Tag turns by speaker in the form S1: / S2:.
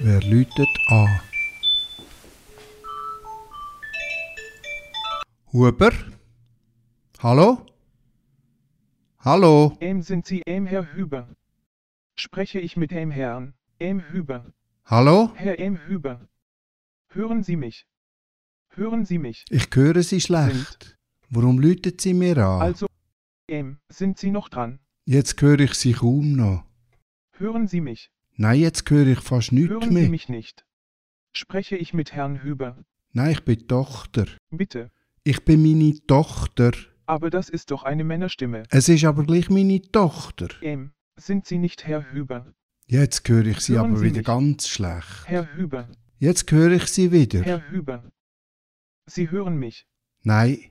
S1: Wer läutet an? Huber? Hallo? Hallo?
S2: Ähm sind Sie ähm Herr Hüber. Spreche ich mit ähm Herrn, ähm Hüber,
S1: Hallo?
S2: Herr ähm Hüber. Hören Sie mich? Hören Sie mich?
S1: Ich höre Sie schlecht. Warum läutet Sie mir an?
S2: Also, ähm, sind Sie noch dran?
S1: jetzt höre ich Sie kaum noch.
S2: Hören Sie mich?
S1: Nein, jetzt höre ich fast nichts
S2: Hören Sie
S1: mehr.
S2: mich nicht? Spreche ich mit Herrn Hüber?
S1: Nein, ich bin die Tochter.
S2: Bitte.
S1: Ich bin meine Tochter.
S2: Aber das ist doch eine Männerstimme.
S1: Es ist aber gleich meine Tochter.
S2: Ähm, sind Sie nicht Herr Hüber?
S1: Jetzt höre ich Sie
S2: Hören
S1: aber
S2: Sie
S1: wieder
S2: mich?
S1: ganz schlecht.
S2: Herr Hüber,
S1: Jetzt höre ich Sie wieder.
S2: Herr Hüber. Sie hören mich.
S1: Nein.